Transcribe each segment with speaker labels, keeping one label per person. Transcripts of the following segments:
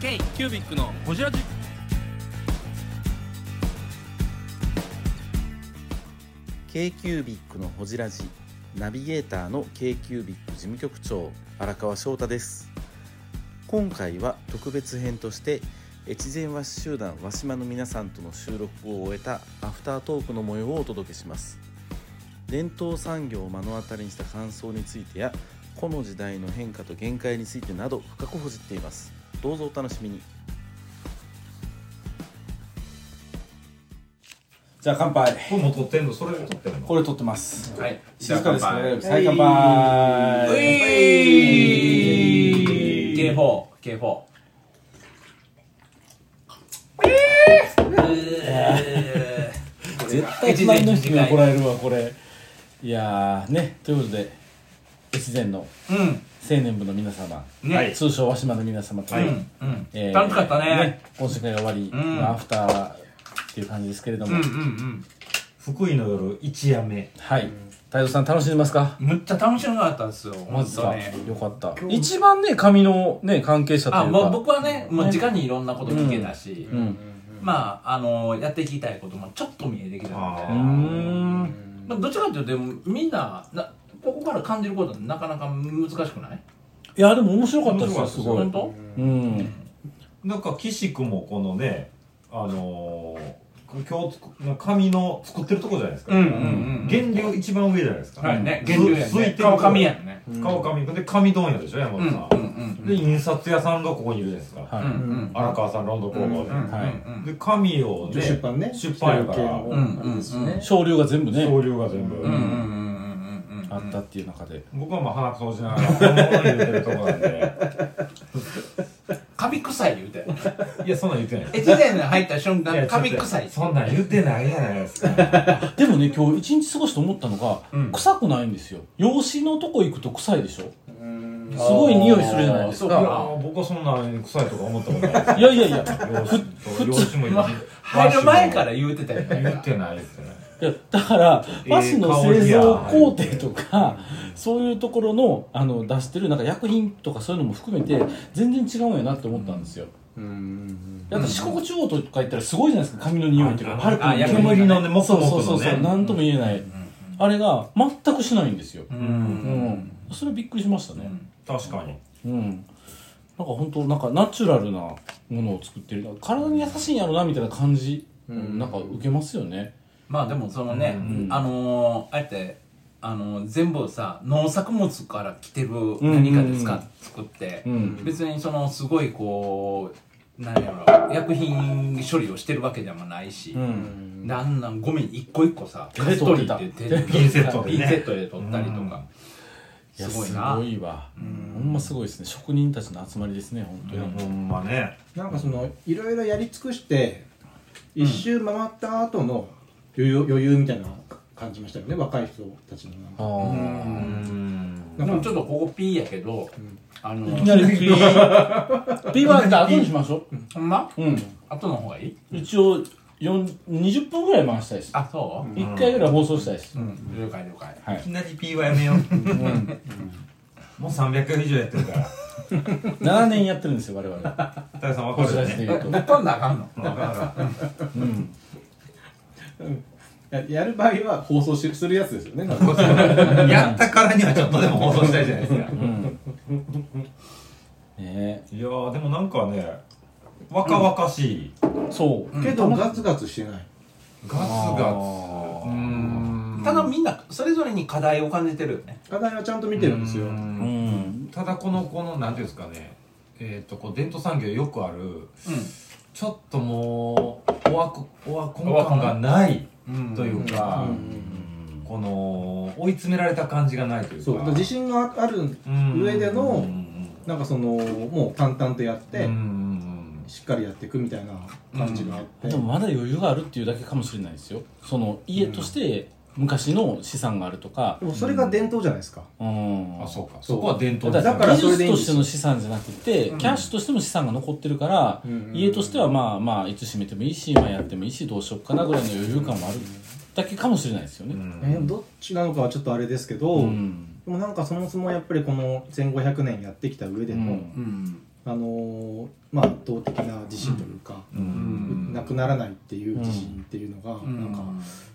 Speaker 1: K キュービックのホジラジ。
Speaker 2: k q u b i c のほじラジナビゲーターの k q u b i c 事務局長荒川翔太です今回は特別編として越前和紙集団和島の皆さんとの収録を終えたアフタートークの模様をお届けします伝統産業を目の当たりにした感想についてやこの時代の変化と限界についてなど深くほじっていますどうぞお楽しみにじゃあ乾杯
Speaker 3: これもう撮ってんのそれも撮ってんの
Speaker 2: これ撮ってます
Speaker 3: はい。
Speaker 2: 静かですね。再乾杯。
Speaker 3: 警報、警報。
Speaker 2: 絶対隣の人に怒られるわ、これ。いやー、ね、ということで、越前の青
Speaker 3: うん。
Speaker 2: 年部の皆様、
Speaker 3: ね
Speaker 2: はい通称和島の皆様と、
Speaker 3: うん。うん。楽しかったね。。
Speaker 2: 今週会が終わり、
Speaker 3: ん
Speaker 2: まあアフターっていう感じですけれど
Speaker 3: うん
Speaker 2: も
Speaker 3: うんう、ん。
Speaker 4: 福井の夜一夜目
Speaker 2: はい。太蔵さん楽しんでますか
Speaker 3: むっちゃ楽しみかったですよ。
Speaker 2: マジ
Speaker 3: ほ
Speaker 2: か
Speaker 3: んとね。。
Speaker 2: よかった。一番ね、紙のね、関係者と
Speaker 3: あ、
Speaker 2: いう
Speaker 3: もう
Speaker 2: か、
Speaker 3: 僕はね、もう直にいろんなこと聞けたし、
Speaker 2: うん。
Speaker 3: まあ、あのやっていきたいこともちょっと見えてきた
Speaker 2: うー
Speaker 3: の
Speaker 2: ん。
Speaker 3: で、まあ、どっちかっていうと、でもみんなな、ここから感じることなかなか難しくない
Speaker 2: いや、でも面白かったですよ、すご
Speaker 3: 本
Speaker 2: い。
Speaker 3: 当
Speaker 2: うん。
Speaker 4: なんか岸君もこのねあのー、今日紙の作ってるとこじゃないですか、
Speaker 3: ん
Speaker 4: 源流一番上じゃないですか、
Speaker 3: はいね、源流や
Speaker 4: 続いて
Speaker 3: ね。
Speaker 4: る
Speaker 3: 顔紙やね。
Speaker 4: 川上君で紙問屋でしょ山
Speaker 3: うんう
Speaker 4: 本
Speaker 3: ん
Speaker 4: さん、
Speaker 3: うん。
Speaker 4: で印刷屋さんがここにいるじゃないですか、
Speaker 2: は
Speaker 3: う
Speaker 2: い
Speaker 3: んう。ん。
Speaker 4: 荒川さんロンドン工房で、
Speaker 3: うん
Speaker 2: はい
Speaker 3: うん
Speaker 4: で紙を、ね、
Speaker 5: 出版ね
Speaker 4: 出版やから
Speaker 5: う
Speaker 3: うんん
Speaker 5: う
Speaker 3: うんん
Speaker 5: で
Speaker 3: ですす
Speaker 5: ね
Speaker 3: ね
Speaker 2: 少量が全部ね、
Speaker 4: 少量が全部、
Speaker 3: うんうんうんうんうんうん
Speaker 2: あったっていう中で。
Speaker 4: 僕はまあ鼻くそ落ちながらこのまま言うてると こなんで
Speaker 3: カビ臭い言うて
Speaker 4: いやそんなん言ってない
Speaker 3: 越前に入った瞬
Speaker 4: いや
Speaker 3: 間カビ臭い
Speaker 4: そんなん言ってないじゃないですか
Speaker 2: でもね、今日一日過ごして思ったのが、
Speaker 3: うん
Speaker 2: 臭くないんですよ。養子のとこ行くと臭いでしょ
Speaker 5: うん
Speaker 2: すごい匂いするじゃないです
Speaker 3: あー
Speaker 4: いや
Speaker 2: か。
Speaker 4: ー僕はそんなに臭いとか思ったことないです
Speaker 2: いやいやいや。
Speaker 4: 両親と両親も いる
Speaker 3: ま入る前から言うてたよ
Speaker 4: 言っ
Speaker 3: ね
Speaker 4: てないですね
Speaker 2: いやだから、
Speaker 4: えー
Speaker 2: 和紙の製造工程とか、そういうところの、あの、出してる、なんか薬品とかそういうのも含めて、全然違うんやなって思ったんですよ。
Speaker 5: うん
Speaker 2: だって四国地方とか行ったらすごいじゃないですか、髪の匂いっていうか、
Speaker 4: あ
Speaker 2: 春
Speaker 3: あ
Speaker 2: の
Speaker 3: 薬品
Speaker 2: 煙
Speaker 4: 煙のねも
Speaker 2: そ
Speaker 4: こ
Speaker 2: う
Speaker 4: も
Speaker 2: そう
Speaker 4: こ
Speaker 2: そ
Speaker 4: の
Speaker 2: うそう、
Speaker 4: ね
Speaker 2: なんとも言えない。あれが全くしないんですよ。
Speaker 3: う
Speaker 2: うん。それびっくりしましたね。
Speaker 4: 確かに
Speaker 2: うん、なんか本当なんかナチュラルなものを作ってる体に優しいんやろなみたいな感じ、
Speaker 5: うん
Speaker 2: なんか受けますよね
Speaker 3: まあでもそのね
Speaker 4: うん
Speaker 3: あのーあえてあのー全部さ農作物から来てる
Speaker 2: ん
Speaker 3: 何かですか作って
Speaker 2: うん
Speaker 3: 別にそのすごいこう何やろ薬品処理をしてるわけでもないし
Speaker 2: うん
Speaker 3: であんなんゴミ一個一個さ
Speaker 2: 手で取ってた
Speaker 3: 刈り取りって手で
Speaker 4: ピンセットで
Speaker 3: ピ
Speaker 4: ね
Speaker 3: ンセットで取ったりと
Speaker 4: うん
Speaker 3: か
Speaker 2: いや
Speaker 3: す
Speaker 2: す
Speaker 3: ご
Speaker 2: ご
Speaker 3: い
Speaker 2: い
Speaker 3: な
Speaker 2: わほんますごいですね職人たちの集まりですね本当
Speaker 4: いや
Speaker 2: に、
Speaker 4: ほんまね
Speaker 5: なんかそのいろいろやり尽くして一周回った後の余裕余裕みたいなの感じましたよね若い人たちのなんか
Speaker 2: ああ
Speaker 4: うん
Speaker 3: でもちょっとここ P やけどあの
Speaker 2: いきなりピーピーはじゃあ後にしましょ
Speaker 3: ほんま
Speaker 2: ううん
Speaker 3: 後の方がいい
Speaker 2: 一応四20分ぐらい回したいです
Speaker 3: あそう
Speaker 2: 一回ぐらい放送したいです、
Speaker 3: うん了解了解
Speaker 2: はい
Speaker 4: いきなり P はやめよう
Speaker 2: うん、
Speaker 4: もう300回以上やってるから
Speaker 2: 7年やってるんですよ我々
Speaker 4: 太陽さん わ
Speaker 2: こ
Speaker 4: か
Speaker 2: ち
Speaker 4: る
Speaker 2: ら
Speaker 4: よ
Speaker 2: で
Speaker 4: ね
Speaker 2: 言うと
Speaker 3: ぶっ飛んだらあかんの
Speaker 4: わか
Speaker 2: うん
Speaker 5: ややる場合は放送しするやつですよねなんか
Speaker 4: るやったからにはちょっとでも放送したいじゃないですか
Speaker 2: うんねえ
Speaker 4: いやーでもなんかね若々しい
Speaker 2: そう、
Speaker 5: けどガツガツしてない
Speaker 4: ガツガツうん
Speaker 3: ただみんなそれぞれに課題を感じてるよね
Speaker 5: 課題はちゃんと見てるんですよ
Speaker 4: うん
Speaker 2: うん
Speaker 4: ただこのこのなんていうんですかねえっ、とこう伝統産業よくあるちょっともうオワコオワコン感がない
Speaker 3: うん
Speaker 4: というか、この追い詰められた感じがないというか
Speaker 5: そうだから自信があある
Speaker 4: うん
Speaker 5: 上での
Speaker 4: うん
Speaker 5: なんかそのもう淡々とやって、
Speaker 4: うん
Speaker 5: しっかりやっていくみたいな感じがあって、
Speaker 2: でもまだ余裕があるっていうだけかもしれないですよその家として昔の資産があるとか
Speaker 5: でもそれが伝統じゃないですか、
Speaker 2: うん
Speaker 4: あそうかそこは伝統
Speaker 2: だ
Speaker 5: だ
Speaker 2: か
Speaker 5: からら
Speaker 2: 技
Speaker 5: それ
Speaker 2: 術
Speaker 5: でいいん
Speaker 2: と
Speaker 5: で
Speaker 2: し
Speaker 5: す
Speaker 2: ての資産じゃなくて、キャッシュとしての資産が残ってるから、
Speaker 5: うん
Speaker 2: 家としてはまあまあいつ閉めてもいいし今やってもいいしどうしよっかなぐらいの余裕感もあるだけかもしれないですよね、
Speaker 4: うん
Speaker 5: えーどっちなのかはちょっとあれですけど、
Speaker 2: うん
Speaker 5: でもなんかそもそもやっぱりこの1500年やってきた上で
Speaker 2: う
Speaker 5: の、
Speaker 2: ん
Speaker 3: うん
Speaker 5: あのーまあ、圧倒的な自信というか、
Speaker 6: うん
Speaker 5: なくならないっていう自信っていうのが、
Speaker 3: うん
Speaker 5: なんか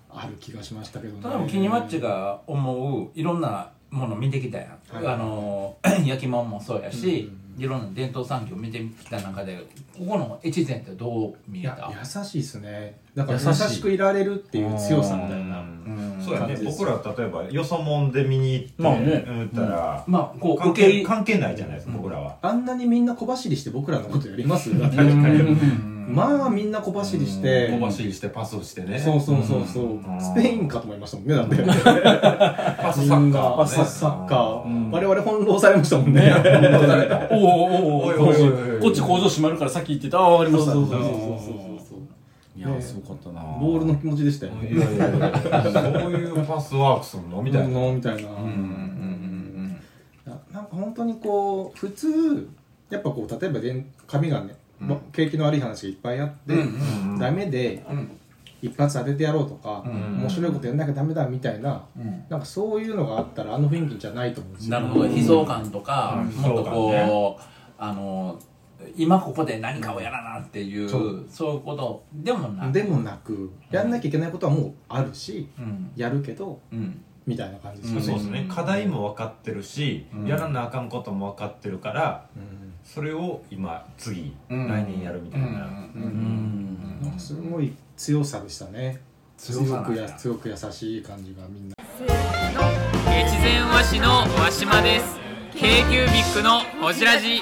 Speaker 5: ある気がしましたけどね。
Speaker 3: ただもうキニマッチが思ういろんなもの見てきたやん、
Speaker 5: はい
Speaker 3: あの 焼きもんもそうやし、いろんな伝統産業見てきた中でここの越前ってどう見
Speaker 5: い
Speaker 3: え
Speaker 5: や
Speaker 3: た
Speaker 5: 優しいですね。だから優
Speaker 7: 優しい
Speaker 5: しくいられるっていう強さみたいな。
Speaker 3: ん
Speaker 4: そうや
Speaker 5: 感
Speaker 4: ね
Speaker 5: じです
Speaker 4: 僕らは例えばよそもんで見に行って、
Speaker 7: まあね
Speaker 4: うん言ったら、
Speaker 3: まあこう
Speaker 4: 関
Speaker 3: 受け
Speaker 4: 係
Speaker 3: 入
Speaker 4: 関係ないじゃないですか、僕らは
Speaker 5: あんなにみんな小走りして僕らのことやりますだって
Speaker 3: うん
Speaker 5: まあみんな小走りして、
Speaker 6: 小走りしてパスしてね
Speaker 5: そうそうそうそう、
Speaker 6: ん
Speaker 5: スペインかと思いましたもんねだって
Speaker 6: パス
Speaker 5: み
Speaker 6: サッ
Speaker 5: ん
Speaker 6: カ
Speaker 5: な
Speaker 6: ー
Speaker 5: あサッサッカー、我々翻弄されましたもんね
Speaker 2: おおおーおー
Speaker 4: おいおいお
Speaker 2: こっち工場閉まるからさっき言ってたああ終わりま
Speaker 5: そう
Speaker 2: し
Speaker 5: そう
Speaker 2: た
Speaker 5: そうそうそうそう
Speaker 7: いやーすごかったな
Speaker 5: ボールの気持ちでしたよ、
Speaker 6: いやいやいやそういうパスワークするのみたいな
Speaker 5: のみたいな、ななんか本当にこう普通やっぱこう例えばでん髪がね、ま景気の悪い話がいっぱいあって、ダメで、一発当ててやろうとか、面白いことやんなきゃダメだみたいな、なんかそういうのがあったらあの雰囲気じゃないと思うんですよ
Speaker 3: なるほど悲壮感とか、
Speaker 4: うん
Speaker 3: もっとこう、
Speaker 4: 悲
Speaker 3: あの今ここで何かをやらなっていう、
Speaker 5: そ
Speaker 3: そういうことでもな
Speaker 5: でもなくやんなきゃいけないことはもうあるし
Speaker 3: うん
Speaker 5: やるけど
Speaker 3: うん
Speaker 5: みたいな感じです
Speaker 4: い
Speaker 5: よ
Speaker 4: そうで
Speaker 5: ね、
Speaker 4: すね課題も分かってるし、やらなあかんことも分かってるから
Speaker 5: うん
Speaker 4: それを今次、
Speaker 3: うん
Speaker 4: 来年やるみたいな、
Speaker 3: うん
Speaker 2: うーん
Speaker 5: なんかすごい強さでしたね強
Speaker 3: 強さなん
Speaker 5: く
Speaker 3: だ
Speaker 5: や強く優しい感じがみんな
Speaker 8: 越前和紙の和島です k キュービックのほじラジ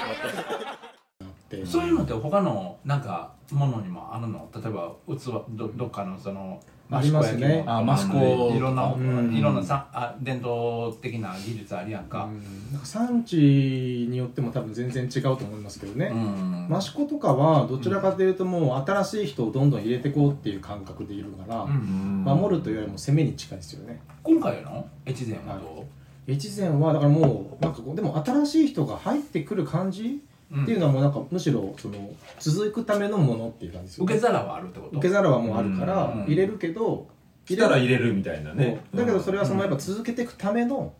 Speaker 5: あって
Speaker 3: そういうのって他のなんかものにもあるの例えば器どどっかのその
Speaker 5: あります
Speaker 3: 益
Speaker 5: ね
Speaker 3: 子焼きも
Speaker 2: あマスコ
Speaker 3: いろんな、
Speaker 5: うん
Speaker 3: いろんなさあ伝統的な技術ありやんか、
Speaker 5: うんなんか産地によっても多分全然違うと思いますけどね、
Speaker 3: うん
Speaker 5: 益子とかはどちらかというともう新しい人をどんどん入れていこうっていう感覚でいるから、
Speaker 3: うん
Speaker 5: 守るというよりも攻めに近いですよね
Speaker 3: 今回の越前はどう、
Speaker 5: 越前はだからもうなんかこうでも新しい人が入ってくる感じっていうのはもうなんかむしろその続くためのものっていう感じですよ、
Speaker 3: 受
Speaker 5: ね
Speaker 3: け、皿はあるってこと
Speaker 5: 受け皿はもうあるから
Speaker 3: うん
Speaker 5: 入れるけど
Speaker 4: 来たら
Speaker 5: い
Speaker 4: 入れるみたいなね、
Speaker 5: だけどそれはそのやっぱ続けていくための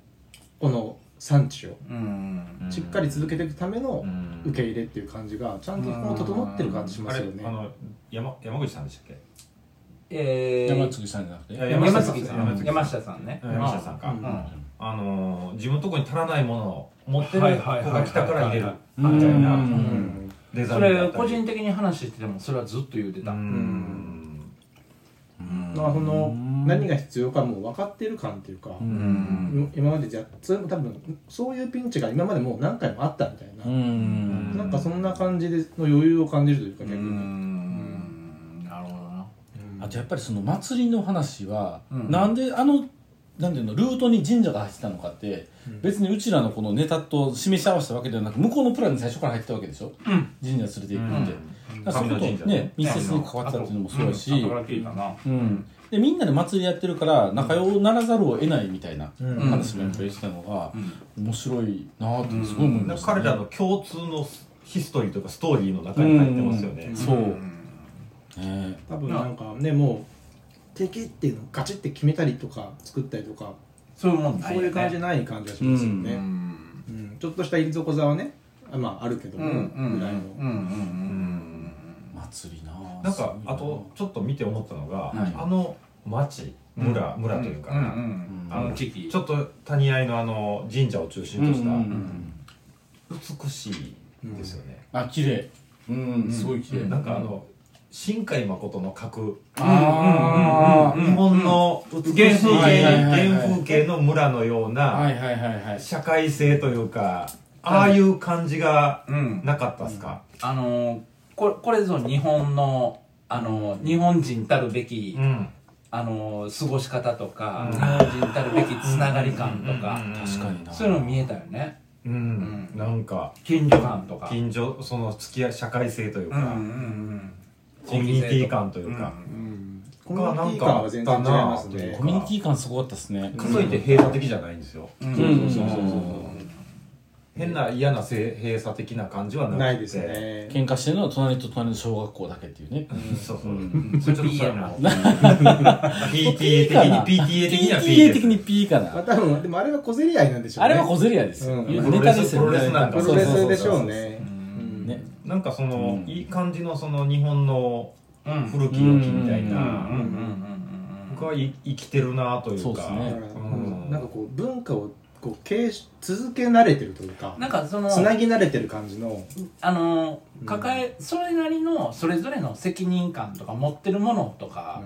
Speaker 5: この産地を
Speaker 3: うん
Speaker 5: しっかり続けていくための
Speaker 4: うん
Speaker 5: 受け入れっていう感じがちゃんともう整ってる感じしま
Speaker 4: あれ
Speaker 5: す
Speaker 4: あ
Speaker 5: よね
Speaker 4: の山山口さんでしたっけ
Speaker 3: えー
Speaker 2: 山作さんじゃなくて
Speaker 4: いや
Speaker 3: 山
Speaker 4: 山
Speaker 3: 崎さ
Speaker 4: 崎さ
Speaker 3: ん
Speaker 4: ん
Speaker 3: 山山下さんね
Speaker 4: あ山下さんか、
Speaker 5: うん
Speaker 4: あのー自分のとこに足らないものを持ってる
Speaker 3: は
Speaker 4: 子
Speaker 3: いはいはいはい
Speaker 4: が来たから入れる
Speaker 2: う
Speaker 4: みたい
Speaker 2: ー
Speaker 4: なんデザ
Speaker 3: そ
Speaker 4: イン
Speaker 3: れ
Speaker 4: だった
Speaker 3: 個
Speaker 4: り
Speaker 3: 人的に話しててもそれはずっと言うてた、
Speaker 4: う
Speaker 3: うん
Speaker 4: ん
Speaker 5: まあその何が必要かもう分かってる感っていうか、
Speaker 3: ん
Speaker 5: 今までじゃそれも多分そういうピンチが今までもう何回もあったみたいな、
Speaker 2: うーん
Speaker 5: なんかそんな感じでの余裕を感じるというか逆に、
Speaker 3: なるほどな
Speaker 2: あとやっぱりその祭りの話は、
Speaker 3: うん
Speaker 2: なんであのなんていうのルートに神社が入ってたのかって、別にうちらのこのネタと示し合わせたわけではなく向こうのプランに最初から入ってたわけでしょ、神社連れて行くって、だからそういうことね密接に関わってたっていうのもそうやし、
Speaker 3: あとから聞いたな
Speaker 2: うん、でみんなで祭りやってるから仲良くならざるを得ないみたいな
Speaker 5: うん
Speaker 2: 話もやっぱりしてたのが、面白いなーってすごい思い
Speaker 4: な
Speaker 2: ま
Speaker 4: ん
Speaker 2: し
Speaker 4: か
Speaker 2: た、ね
Speaker 4: 彼らの共通のヒストリーとかストーリーの中に入ってますよね、
Speaker 2: うんそう、ね
Speaker 5: 多分なんかねもう敵っていうのをガチって決めたりとか作ったりとか
Speaker 3: そういうもんないよ
Speaker 5: そうい
Speaker 3: ね
Speaker 5: う感じない感じがしますよ
Speaker 2: う
Speaker 5: ね、
Speaker 3: うん
Speaker 5: うんちょっとしたいり底座はねあまああるけど
Speaker 3: う
Speaker 5: も、
Speaker 3: んうん
Speaker 5: ぐらいの、
Speaker 3: うんうん
Speaker 2: 祭りなー
Speaker 4: なん
Speaker 2: すごい
Speaker 4: かあとちょっと見て思ったのが、
Speaker 2: はい
Speaker 4: あの町村、村というか、
Speaker 3: うんうん
Speaker 4: あ
Speaker 3: あ
Speaker 4: の
Speaker 3: の時期
Speaker 4: ちょっと谷合のあの神社を中
Speaker 2: うんう
Speaker 4: 心
Speaker 2: ん
Speaker 4: とし
Speaker 2: う
Speaker 4: た
Speaker 2: ん
Speaker 4: 美しいですよね、
Speaker 2: あ綺麗うんすごい綺麗、
Speaker 4: なんかあの新海誠の格
Speaker 2: ああ
Speaker 4: 日本の美
Speaker 2: 原風
Speaker 4: しい
Speaker 2: 景はい
Speaker 4: 原風景の村のよう
Speaker 2: は
Speaker 4: ない
Speaker 2: はいはいはい
Speaker 4: 社会性というかああいう感じが
Speaker 3: うん
Speaker 4: なかったっすか、
Speaker 3: あのーこれこれぞ日本のあのー日本人たるべき
Speaker 4: うん
Speaker 3: あのー過ごし方とか
Speaker 4: うん
Speaker 3: 日本人たるべきつながり感とか
Speaker 2: 確かにな
Speaker 3: そういうの見えたよね
Speaker 4: うん、
Speaker 3: うん
Speaker 4: なんか
Speaker 3: 近所感とか
Speaker 4: 近所その付き合い社会性という
Speaker 3: うんうんう
Speaker 4: か、
Speaker 3: ん
Speaker 4: コミュニティ感というか、
Speaker 5: うんコミ
Speaker 4: が
Speaker 5: ュニティ感は全然違いますね
Speaker 2: コミュニティ感すごかったですね
Speaker 4: かといって閉鎖的じゃないんですよ、
Speaker 3: うん
Speaker 2: うんうん
Speaker 4: そうそうそう変な嫌なせ閉鎖的な感じはなくて
Speaker 5: ないですね
Speaker 2: 喧嘩してるのは隣と隣の小学校だけっていうね
Speaker 4: うんそうそう、それちょっとそれ も PTA 的に PTA 的には
Speaker 2: PTA 的に P か
Speaker 5: まあ
Speaker 2: な
Speaker 5: 多分でもあれは小競り合いなんでしょう
Speaker 2: あ
Speaker 5: ね
Speaker 2: れは小競り合いですよ、
Speaker 5: うん
Speaker 2: ネタですよ
Speaker 4: プロレスなんか
Speaker 5: プロレスでしょうねうん
Speaker 4: なんかその、
Speaker 2: うん
Speaker 4: いい感じのその日本の
Speaker 3: うん
Speaker 4: 古き良きみたい
Speaker 3: うんうんうん
Speaker 4: な、僕はい生きてるなというか
Speaker 2: そうです
Speaker 5: だ
Speaker 2: ね
Speaker 5: から、
Speaker 4: うん
Speaker 5: なんかこう文化をこう継し続け慣れてるというか
Speaker 3: なんかその
Speaker 5: つなぎ慣れてる感じの
Speaker 3: あの
Speaker 5: うん
Speaker 3: 抱えそれなりのそれぞれの責任感とか持ってるものとか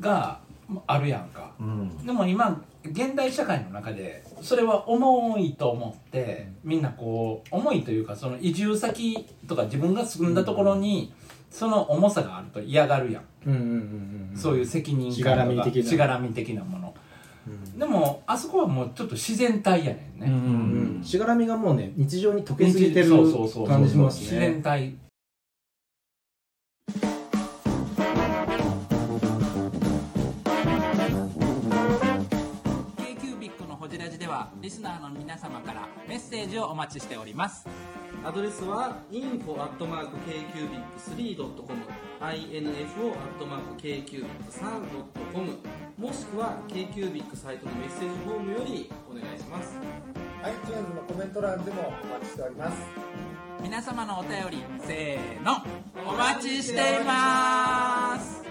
Speaker 3: があるやんか
Speaker 4: うん
Speaker 3: でも今現代社会の中でそれは重いと思ってみんなこう重いというかその移住先とか自分が住んだところにその重さがあると嫌がるやん
Speaker 5: うんうんうんうん
Speaker 3: そういう責任感とか
Speaker 5: しがらみ的な
Speaker 3: しがらみ的なものでもあそこはもうちょっと自然体やねんね、
Speaker 5: うんんしがらみがもうね日常に溶けすぎてる
Speaker 3: そうそうそう
Speaker 5: 感じします
Speaker 3: 自然
Speaker 5: ね
Speaker 3: 体
Speaker 8: のホジラジではリスナーの皆様からメッセージをお待ちしております
Speaker 9: アドレスは info.kcubic3.com info.kcubic3.com もしくは KQBIC サイトのメッセージフォームよりお願いします
Speaker 8: 皆様のお便りせーのお待ちしています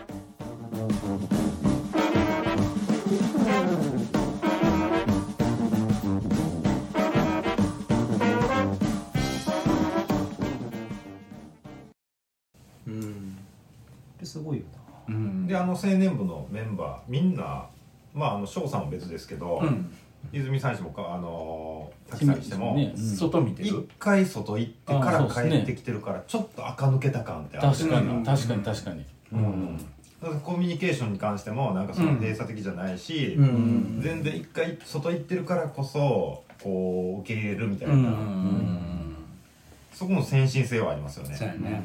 Speaker 5: うんすごいよな
Speaker 3: うん
Speaker 4: であの青年部のメンバーみんなまああの翔さんは別ですけど、
Speaker 3: うん
Speaker 4: 泉さんにしてもかあの滝さんにしても、
Speaker 2: ねうん
Speaker 3: 外見て
Speaker 4: 一
Speaker 3: る
Speaker 4: 回外行ってか
Speaker 2: あ
Speaker 4: ら
Speaker 2: そうっすね
Speaker 4: 帰ってきてるからちょっと垢抜けた感ってある
Speaker 2: 確か
Speaker 3: うん
Speaker 2: に確かに確かに
Speaker 4: うんだからコミュニケーションに関してもなんかその
Speaker 3: うん
Speaker 4: 閉鎖的じゃないし、
Speaker 5: うん
Speaker 4: 全然一回外行ってるからこそこう受け入れるみたいな、
Speaker 3: うん
Speaker 4: そこの先進性はありますよ
Speaker 3: そう
Speaker 4: ね
Speaker 3: やね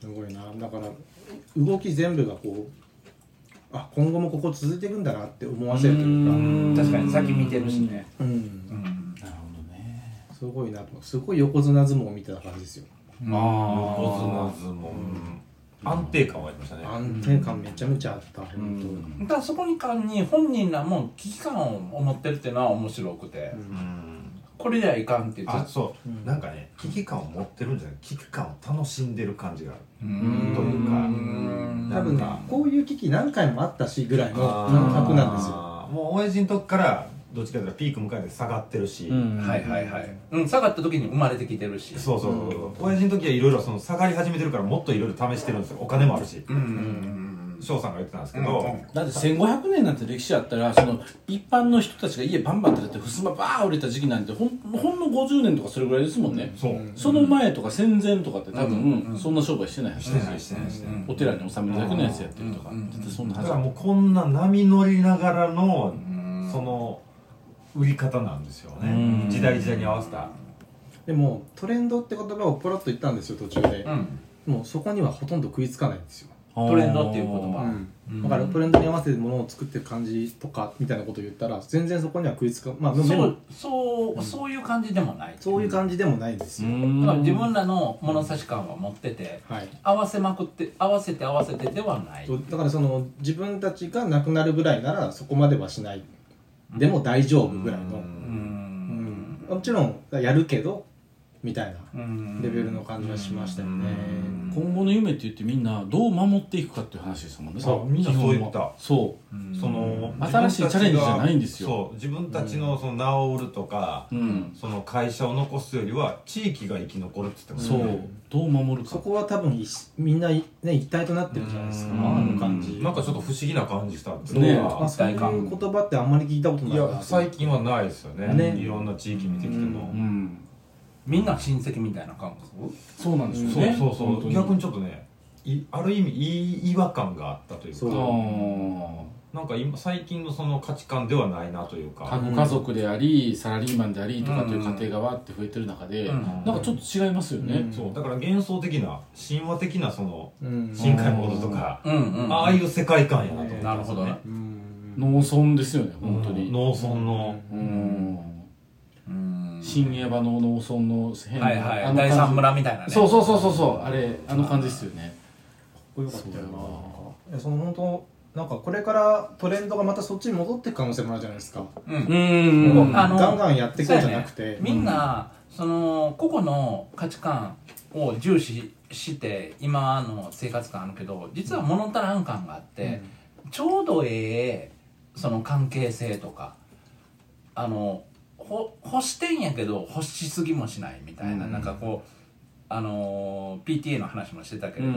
Speaker 5: すごいなだから動き全部がこうあ今後もここ続いていくんだなって思わせるというか
Speaker 3: 確かに先見てるしね
Speaker 5: うん
Speaker 3: うん
Speaker 2: なるほどね
Speaker 5: すごいなとすごい横綱相撲みたいな感じですよ
Speaker 4: 横綱相撲、安定感はありましたね
Speaker 5: 安定感めちゃめちゃあった本当
Speaker 3: だからそこに関に本人らも危機感を持ってるっていうのは面白くて
Speaker 4: うん
Speaker 3: これではいかんっていう
Speaker 4: あ
Speaker 3: ず
Speaker 4: そう、なんかね危機感を持ってるんじゃない危機感を楽しんでる感じがある
Speaker 3: うん
Speaker 4: というか
Speaker 5: 多分ね
Speaker 4: なんか
Speaker 5: こういう危機何回もあったしぐらいの感覚なんですよ
Speaker 4: あーもう親父の時からどっちかというとピーク迎えて下がってるし、
Speaker 3: はいはいはいうん下がった時に生まれてきてるし
Speaker 4: そうそうそうそう、親父の時はいろいろその下がり始めてるからもっといろいろ試してるんですよお金もあるし
Speaker 3: うんうん
Speaker 4: 翔さんが言ってたんですけど、
Speaker 2: だって1500年なんて歴史あったらその一般の人たちが家バンバン建ててふすまバーン折れた時期なんてほんほんの50年とかそれぐらいですもんね、
Speaker 4: そう、
Speaker 2: その前とか戦前とかって多
Speaker 3: うんうん
Speaker 2: 分そんな商売してないはず
Speaker 4: してないしてないしてない、
Speaker 2: お寺に納めるだけのやつやってるとか
Speaker 3: うん
Speaker 2: 絶対そんな
Speaker 4: だ
Speaker 2: はず
Speaker 4: からもうこんな波乗りながらの、その売り方なんですよね、
Speaker 2: うん
Speaker 4: 時代時代に合わせた
Speaker 5: でもトレンドって言葉をポロッと言ったんですよ途中で
Speaker 3: う、ん
Speaker 5: もうそこにはほとんど食いつかないんですよ、
Speaker 2: ト
Speaker 3: トレンドっていう言葉ん
Speaker 5: だからトレンドに合わせてものを作ってる感じとかみたいなことを言ったら全然そこには食いつかまあでも
Speaker 3: そうそうそういう感じでもない
Speaker 5: そういう感じでもないんですよ、
Speaker 3: だから
Speaker 2: 自
Speaker 3: 自分らの物差し感は持ってて
Speaker 5: はい
Speaker 3: 合わせまくって合わせて合わせてではない
Speaker 5: そうだからその自分たちが亡くなるぐらいならそこまではしないでも大丈夫ぐらいの、
Speaker 3: う
Speaker 5: うん
Speaker 3: ん
Speaker 5: もちろんやるけどみたいな
Speaker 3: うん
Speaker 5: レベルの感じはしましたよね、
Speaker 2: 今後の夢って言ってみんなどう守っていくかっていう話ですもんね
Speaker 4: そうみんなそう言った
Speaker 2: 基本はそう
Speaker 4: その
Speaker 2: 新しいチャレンジじゃないんですよ
Speaker 4: そう自分たちのその名を売るとか、
Speaker 2: うん
Speaker 4: その会社を残すよりは地域が生き残るって言ってます
Speaker 2: そ
Speaker 4: ね
Speaker 2: うどう守る
Speaker 5: そ
Speaker 2: か
Speaker 5: こは多分一しみんな、ね、一体となってるじゃないですか、
Speaker 4: うん
Speaker 5: あの感じ
Speaker 4: なんかちょっと不思議な感じしたんです
Speaker 2: ね
Speaker 5: まあ、そういう言葉ってあんまり聞いたことないいな
Speaker 4: や最近はないですよね
Speaker 5: ね
Speaker 4: いろんな地域見てきても、
Speaker 2: うん
Speaker 3: みんな親戚みたいな感覚
Speaker 2: そうなんですよ
Speaker 4: そう
Speaker 2: ね
Speaker 4: そうそう
Speaker 2: 本当
Speaker 4: 逆にちょっとねいある意味いい違和感があったという
Speaker 5: そ
Speaker 4: か
Speaker 5: う
Speaker 2: あ
Speaker 4: なんか今最近のその価値観ではないなという
Speaker 2: ー家
Speaker 4: か、
Speaker 2: 族家族でありサラリーマンでありとかという家庭がわーって増えてる中で、
Speaker 3: うん
Speaker 2: なんかちょっと違いますよね、
Speaker 5: うん
Speaker 4: そうだから幻想的な神話的なその
Speaker 5: うん
Speaker 4: 深海モードとか、
Speaker 3: うんうん
Speaker 4: ああいう世界観やなと思って、
Speaker 3: なるほどね
Speaker 5: うん
Speaker 2: 農村ですよね本当に、
Speaker 4: 農村の、
Speaker 2: うん
Speaker 3: うん
Speaker 2: 新エヴァの農村の変な
Speaker 3: はいは
Speaker 2: あ
Speaker 3: い
Speaker 2: の
Speaker 3: 第三
Speaker 2: 感
Speaker 3: 村みたいなね
Speaker 2: じそうそうそうそうそうあれあの感じですよね
Speaker 5: こよかったよ
Speaker 2: そうだ
Speaker 5: ないやその本当なんかこれからトレンドがまたそっちに戻っていく可能性もあるじゃないですか、
Speaker 3: うん
Speaker 2: ん
Speaker 5: ガンガンやっていこうじゃなくて、
Speaker 3: みんなその個々の価値観を重視して今の生活感あるけど実は物足らん感があって、ちょうどええその関係性とかあのほ欲してんやけど欲しすぎもしないみたいな、なんかこうあの PTA の話もしてたけれど、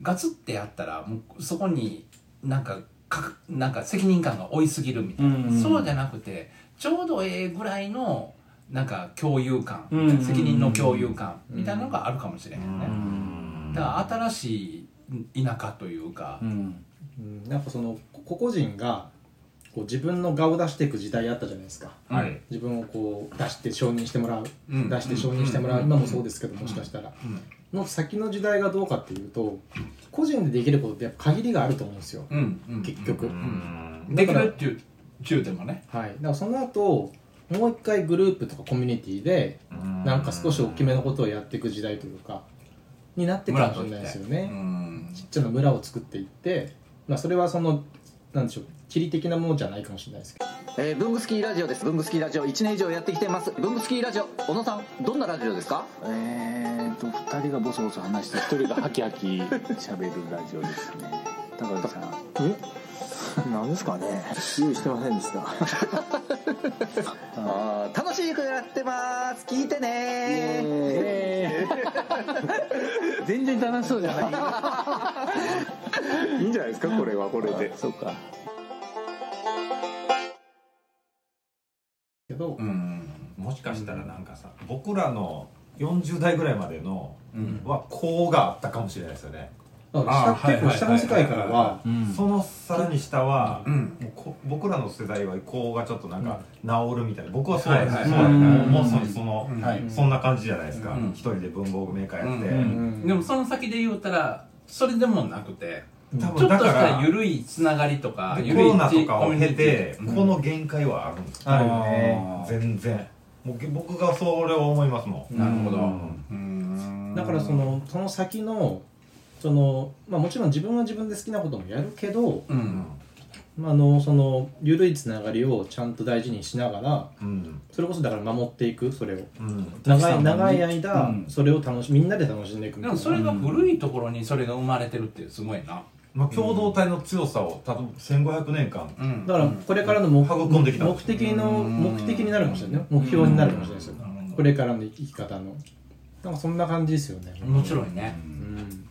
Speaker 3: ガツってやったらもうそこになんかかなんか責任感が負いすぎるみたいな、
Speaker 2: うん
Speaker 3: そうじゃなくてちょうどええぐらいのなんか共有感、
Speaker 2: うん
Speaker 3: 責任の共有感みたいなのがあるかもしれへんね、だから新しい田舎というか、
Speaker 2: うん
Speaker 5: うんなんかそのこ個々人がこう自分の顔を出していく時代あったじゃないですか
Speaker 6: はい
Speaker 5: 自分をこう出して承認してもらう、
Speaker 3: うん
Speaker 5: 出して承認してもら
Speaker 3: う
Speaker 5: う、
Speaker 3: ん
Speaker 5: 今もそうですけど、もしかしたら、の先の時代がどうかっていうと個人でできることってやっぱ限りがあると思うんですよ、
Speaker 3: うんうん
Speaker 5: 結局、
Speaker 3: できるっていう中でもね
Speaker 5: はいだからその後もう一回グループとかコミュニティでなんか少し大きめのことをやっていく時代というかになってくるかもしれないですよね、
Speaker 3: うん
Speaker 5: ちっちゃな村を作っていって、まあ、それはそのなんでしょう地理的なものじゃないかもしれないですけど
Speaker 10: えー、ブングスキーラジオですブングスキーラジオ1年以上やってきてますブングスキーラジオ小野さんどんなラジオですかえーと2人がボソボソ話して1人がハキハキ喋るラジオですね高橋さんえなんですかね用意してませんでしたあー楽しい曲やってます聞いてね全然楽しそうじゃないいいんじゃないですかこれはこれでそうか
Speaker 5: けど、
Speaker 3: うん
Speaker 4: もしかしたらなんかさ僕らの40代ぐらいまでのはこうがあったかもしれないですよね、
Speaker 5: だから下
Speaker 3: あー
Speaker 5: 結構下の世界からは
Speaker 4: そのさらに下は、
Speaker 3: ん
Speaker 4: もうこ僕らの世代はこうがちょっとなんか治るみたいな僕はそうです、
Speaker 3: はいはい
Speaker 4: そう
Speaker 3: はい
Speaker 4: です
Speaker 2: うん
Speaker 4: もうそその、
Speaker 2: はい
Speaker 4: そんな感じじゃないですか
Speaker 3: うん
Speaker 4: 一、人で文房具メーカーやって、
Speaker 3: う
Speaker 5: うん
Speaker 3: でもその先で言うたらそれでもなくてち
Speaker 4: 多
Speaker 3: ょっと
Speaker 4: 分だ
Speaker 3: し
Speaker 4: から
Speaker 3: た緩いつながりとか
Speaker 4: で
Speaker 3: 緩
Speaker 4: コ
Speaker 3: い
Speaker 4: ロナとかを
Speaker 3: コ
Speaker 4: 経て、
Speaker 3: ミュニティ
Speaker 4: この限界はあるんですよ
Speaker 5: あるよね
Speaker 4: 全然もう僕がそれを思いますもん、
Speaker 3: なるほど
Speaker 4: うん
Speaker 3: うん
Speaker 5: だからそのその先のその、まあ、もちろん自分は自分で好きなこともやるけど、
Speaker 3: う
Speaker 4: うん
Speaker 3: ん
Speaker 5: まあ、あのその緩いつながりをちゃんと大事にしながら
Speaker 4: うん
Speaker 5: それこそだから守っていくそれを
Speaker 4: うん
Speaker 5: 長い長い間、
Speaker 2: うん
Speaker 5: それを楽しみんなで楽しんでいくみ
Speaker 3: で
Speaker 5: たい
Speaker 3: も
Speaker 5: な
Speaker 3: それが古いところにそれが生まれてるってすごいな
Speaker 4: まあ、共同体の強さを多分1500年間
Speaker 3: うん
Speaker 5: だからこれからの目,、
Speaker 4: 育んできた
Speaker 5: 目的の目的になるかもしれないね目標になるかもしれないですよこれからの生き方のなんかそんな感じですよね、
Speaker 3: 面白いね
Speaker 5: うん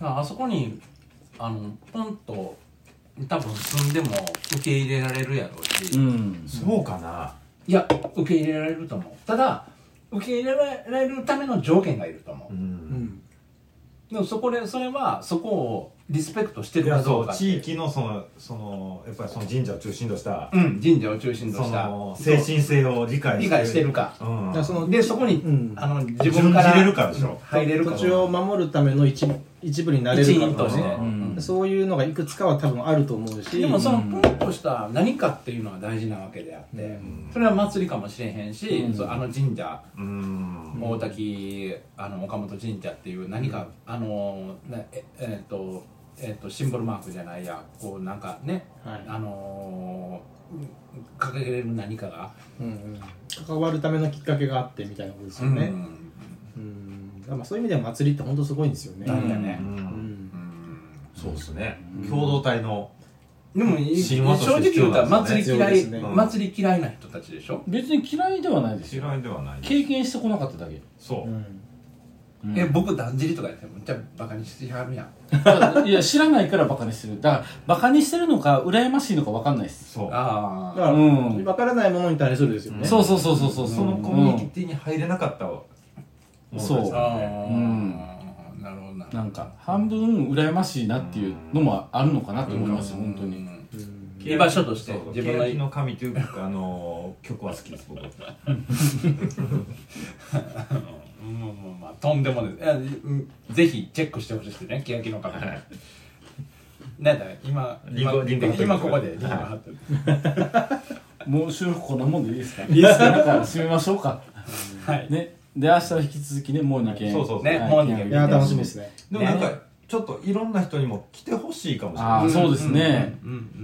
Speaker 3: だからあそこにあのポンと多分住んでも受け入れられるやろうし、
Speaker 2: う
Speaker 3: い
Speaker 2: ん
Speaker 4: そうかな
Speaker 3: や受け入れられると思うただ受け入れられるための条件がいると思う、
Speaker 4: うん
Speaker 3: でもそこでそれはそこをリスペクトして
Speaker 4: い
Speaker 3: る
Speaker 4: や
Speaker 3: かど
Speaker 4: そうう
Speaker 3: かって
Speaker 4: 地域のそのそのやっぱりその神社を中心とした、
Speaker 3: うん神社を中心と
Speaker 4: そ
Speaker 3: した
Speaker 4: の精神性を理解して
Speaker 3: 理解してるか
Speaker 4: うん
Speaker 5: だからその
Speaker 3: でそこに、
Speaker 5: うん
Speaker 3: あの自分から
Speaker 4: 順じれるかでしょ
Speaker 3: 入れるか
Speaker 5: 土地を守るための一部一部になれ
Speaker 3: 一
Speaker 5: るか
Speaker 3: 員として、
Speaker 5: ね
Speaker 2: ん
Speaker 5: そういうのがいくつかは多分あると思うし
Speaker 3: でもそのポンとした何かっていうのは大事なわけであって、それは祭りかもしれへんし、そうあの神社
Speaker 4: うん
Speaker 3: 大滝あの岡本神社っていう何か、あのなええっとえっとシンボルマークじゃないやこうなんかね、
Speaker 5: はい
Speaker 3: あのー掲げれる何かが、
Speaker 5: うんうん関わるためのきっかけがあってみたいなことですよね、うんだからまあそういう意味では祭りって本当すごいんですよね、
Speaker 3: 大事だね、
Speaker 5: うん
Speaker 4: そうですね共同体の
Speaker 3: でもい正
Speaker 4: 神話として
Speaker 3: 直言うたら
Speaker 4: 必要なん
Speaker 3: 祭り嫌い、
Speaker 4: で
Speaker 5: す必要です
Speaker 4: ね
Speaker 3: 祭り嫌いな人たちでしょ、
Speaker 2: 別に嫌いではないですよ
Speaker 4: 嫌いではない
Speaker 2: 経験してこなかっただけ
Speaker 4: そう、
Speaker 3: え僕だんじりとかやってむっちゃバカにしてはるやん
Speaker 2: いや知らないからバカにしてるだからバカにしてるのか羨ましいのか分かんないです
Speaker 4: そう
Speaker 3: あ
Speaker 5: だ
Speaker 3: あ
Speaker 5: から、
Speaker 2: うん
Speaker 5: 分からないものに対するですよね、
Speaker 2: そうそうそうそうそう
Speaker 4: そのコミュニティに入れなかったものですよ
Speaker 2: そう
Speaker 4: ね
Speaker 2: うん
Speaker 3: なるほどな
Speaker 2: なんか半分羨ましいなっていうのもあるのかなと思いますよ本当に
Speaker 3: 居場所として
Speaker 4: そう
Speaker 3: 自
Speaker 4: 自
Speaker 3: 分
Speaker 4: 分
Speaker 3: の
Speaker 4: のの神というかあの曲は好きです僕
Speaker 3: うんまあまあまあとんでもないいやうんぜひチェックしてほしいですね欅の壁なんだ今
Speaker 4: リン
Speaker 3: 今
Speaker 4: ゴリンゴ貼って
Speaker 3: 今ここでリンゴ貼ってる
Speaker 2: もう収録こんなもんでいいですかいいですかだから締めましょうか
Speaker 3: はい
Speaker 2: ねで明日は引き続きねもう2件
Speaker 4: そうそうそう
Speaker 3: ね
Speaker 2: はい
Speaker 3: モーニング
Speaker 5: いや楽しみですね
Speaker 4: でもなんかちょっといろんな人にも来てほしいかもしれ
Speaker 2: あ
Speaker 4: な
Speaker 2: あ
Speaker 4: い
Speaker 2: そうですね、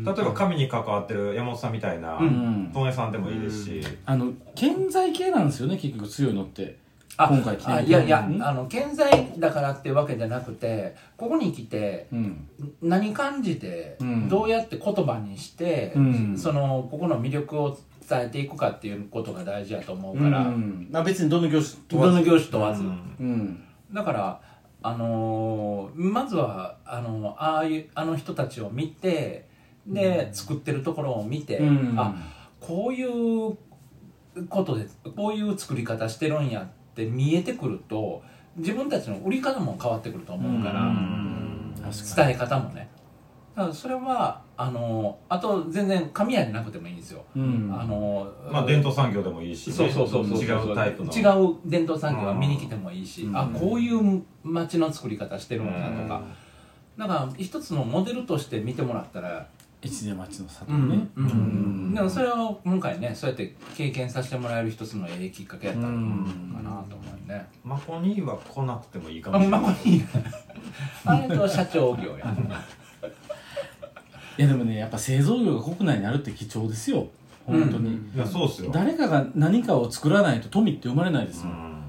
Speaker 4: 例えば神に関わってる山本さんみたいな
Speaker 2: ん
Speaker 4: 問屋さんでもいいですし
Speaker 2: あの健在系なんですよね結局強いのって
Speaker 3: あ
Speaker 2: 今回来てる
Speaker 3: あいやいや
Speaker 2: うん
Speaker 3: あの健在だからってわけじゃなくてここに来て
Speaker 2: うん
Speaker 3: 何感じて、
Speaker 2: うん
Speaker 3: どうやって言葉にして、
Speaker 2: うん
Speaker 3: そのここの魅力を伝えていくかっていうことが大事だと思う
Speaker 2: う
Speaker 3: から、
Speaker 2: んあ別にどの業種
Speaker 3: どの業種問わず、
Speaker 2: うん
Speaker 3: だからあのーまずはあのああいうあの人たちを見てで、作ってるところを見て、
Speaker 2: うん
Speaker 3: あこういうことでこういう作り方してるんやって見えてくると自分たちの売り方も変わってくると思うから、
Speaker 2: うん確か
Speaker 3: 伝え方もねだからそれはあのあと全然紙屋じゃなくてもいいんですよ、
Speaker 2: にうん
Speaker 3: あの
Speaker 4: まあ伝統産業でもいいしね
Speaker 3: そうそうそうそう
Speaker 4: 違うタイプの
Speaker 3: 違う伝統産業は見に来てもいいし、あこういう街の作り方してるんだとか、なんか一つのモデルとして見てもらったら、
Speaker 2: 一年待ちの里
Speaker 3: うん
Speaker 2: ね
Speaker 3: うんでもそれを今回ねそうやって経験させてもらえる一つのええきっかけやったのかなと思うね、
Speaker 4: マコニーは来なくてもいいか
Speaker 3: あ
Speaker 4: もし
Speaker 3: ん
Speaker 4: れ
Speaker 3: ま
Speaker 4: な
Speaker 3: こ
Speaker 4: い
Speaker 3: いいなあれと社長業 や
Speaker 2: いやでもねやっぱ製造業が国内にあるって貴重ですよ本当に
Speaker 4: いやそうっすよ
Speaker 2: 誰かが何かを作らないと富って生まれないですもん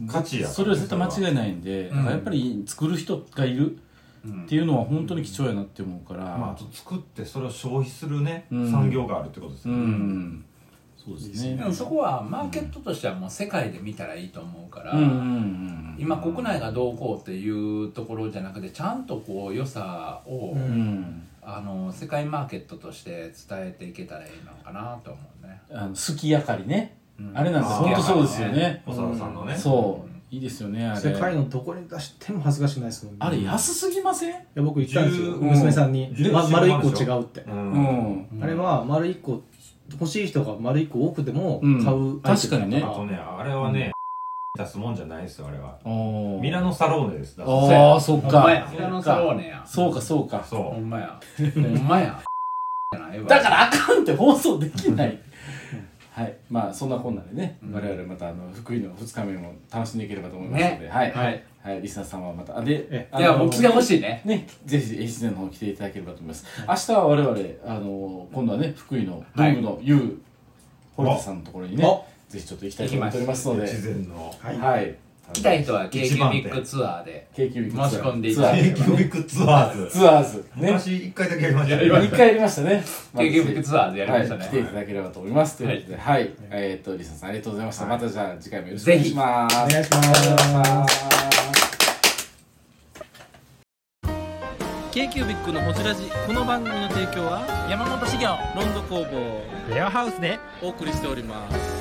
Speaker 4: うん価値やから
Speaker 2: それは絶対間違いないんで、
Speaker 3: うん
Speaker 2: だからやっぱり作る人がいる
Speaker 3: うん
Speaker 2: っていうのは本当に貴重やなって思うから、
Speaker 4: まああと作ってそれを消費するね
Speaker 2: うん
Speaker 4: 産業があるってことです
Speaker 2: う
Speaker 4: よね
Speaker 2: んそうですね
Speaker 3: でもそこはマーケットとしてはもう世界で見たらいいと思うから、
Speaker 2: うんうんうん
Speaker 3: 今国内がどうこうっていうところじゃなくてちゃんとこう良さを、
Speaker 2: うんうん
Speaker 3: あの世界マーケットとして伝えていけたらいいのかなと思うね、
Speaker 2: あの好きやかりね、
Speaker 3: うん
Speaker 2: あれなんですよ
Speaker 4: あ
Speaker 2: 本
Speaker 4: ー
Speaker 2: 当そうですよね
Speaker 4: 小沢さんのね
Speaker 2: そういいですよねあれ
Speaker 5: 世界のどこに出しても恥ずかしくないですもんね
Speaker 2: あれ安すぎません
Speaker 5: いや僕言ったんですよ
Speaker 4: 10
Speaker 5: 娘さんに、
Speaker 4: 10
Speaker 5: ま、
Speaker 4: 10
Speaker 5: 丸1個違うって、
Speaker 2: う
Speaker 4: うん
Speaker 2: ん
Speaker 3: うん
Speaker 5: あれは丸1個欲しい人が丸1個多くても
Speaker 2: うん
Speaker 5: 買うアイテムだ
Speaker 2: 確かにね
Speaker 4: あとねあれはね出すもんじゃないですよあれは
Speaker 2: おー
Speaker 4: ミラノサローネですだ
Speaker 2: あーそっか
Speaker 3: ほんまやミラノサローネや
Speaker 2: そうかそうか
Speaker 4: そ
Speaker 3: ほ
Speaker 4: うん
Speaker 3: まやほんまやじゃないわ
Speaker 2: だからあかんって放送できないはいまあそんなこんなでね、我々またあの福井の2日目も楽しんでいければと思いますので、はい、はいはい、リスナーさんはまたあで
Speaker 5: え
Speaker 2: あ
Speaker 3: いやもう来てほしいね
Speaker 2: ね、ぜひ越前の方来ていただければと思います。明日は我々、あの今度はね、福井の文具の U、ホル堀田さんのところにね
Speaker 5: お、
Speaker 2: ぜひちょっと行きたいと思っておりますので、
Speaker 4: 越前の
Speaker 5: はい
Speaker 2: はい。
Speaker 3: 来た人は k
Speaker 4: 一
Speaker 3: q
Speaker 4: 番手
Speaker 3: b ッグツアーで
Speaker 2: 京急ビッグツアー
Speaker 3: 申し込んでい
Speaker 2: ツア
Speaker 3: た
Speaker 2: ー
Speaker 3: だい
Speaker 4: ケ
Speaker 3: て
Speaker 4: ーキビッグツアーズ
Speaker 2: ツアーズ、ね。
Speaker 4: 昔一回だけやりました
Speaker 2: 一回やりましたね。
Speaker 3: k q b ッグツアーでやりました
Speaker 2: はい、来てい
Speaker 3: ね
Speaker 2: ただければと思います。ということで、はい。えーっと、リサさんありがとうございました。またじゃあ次回もよろしくお願いします。
Speaker 5: お願いします
Speaker 9: k q b i c のホジラジこの番組の提供は山本資源ロンド工房
Speaker 1: レアハウスで
Speaker 9: お送りしております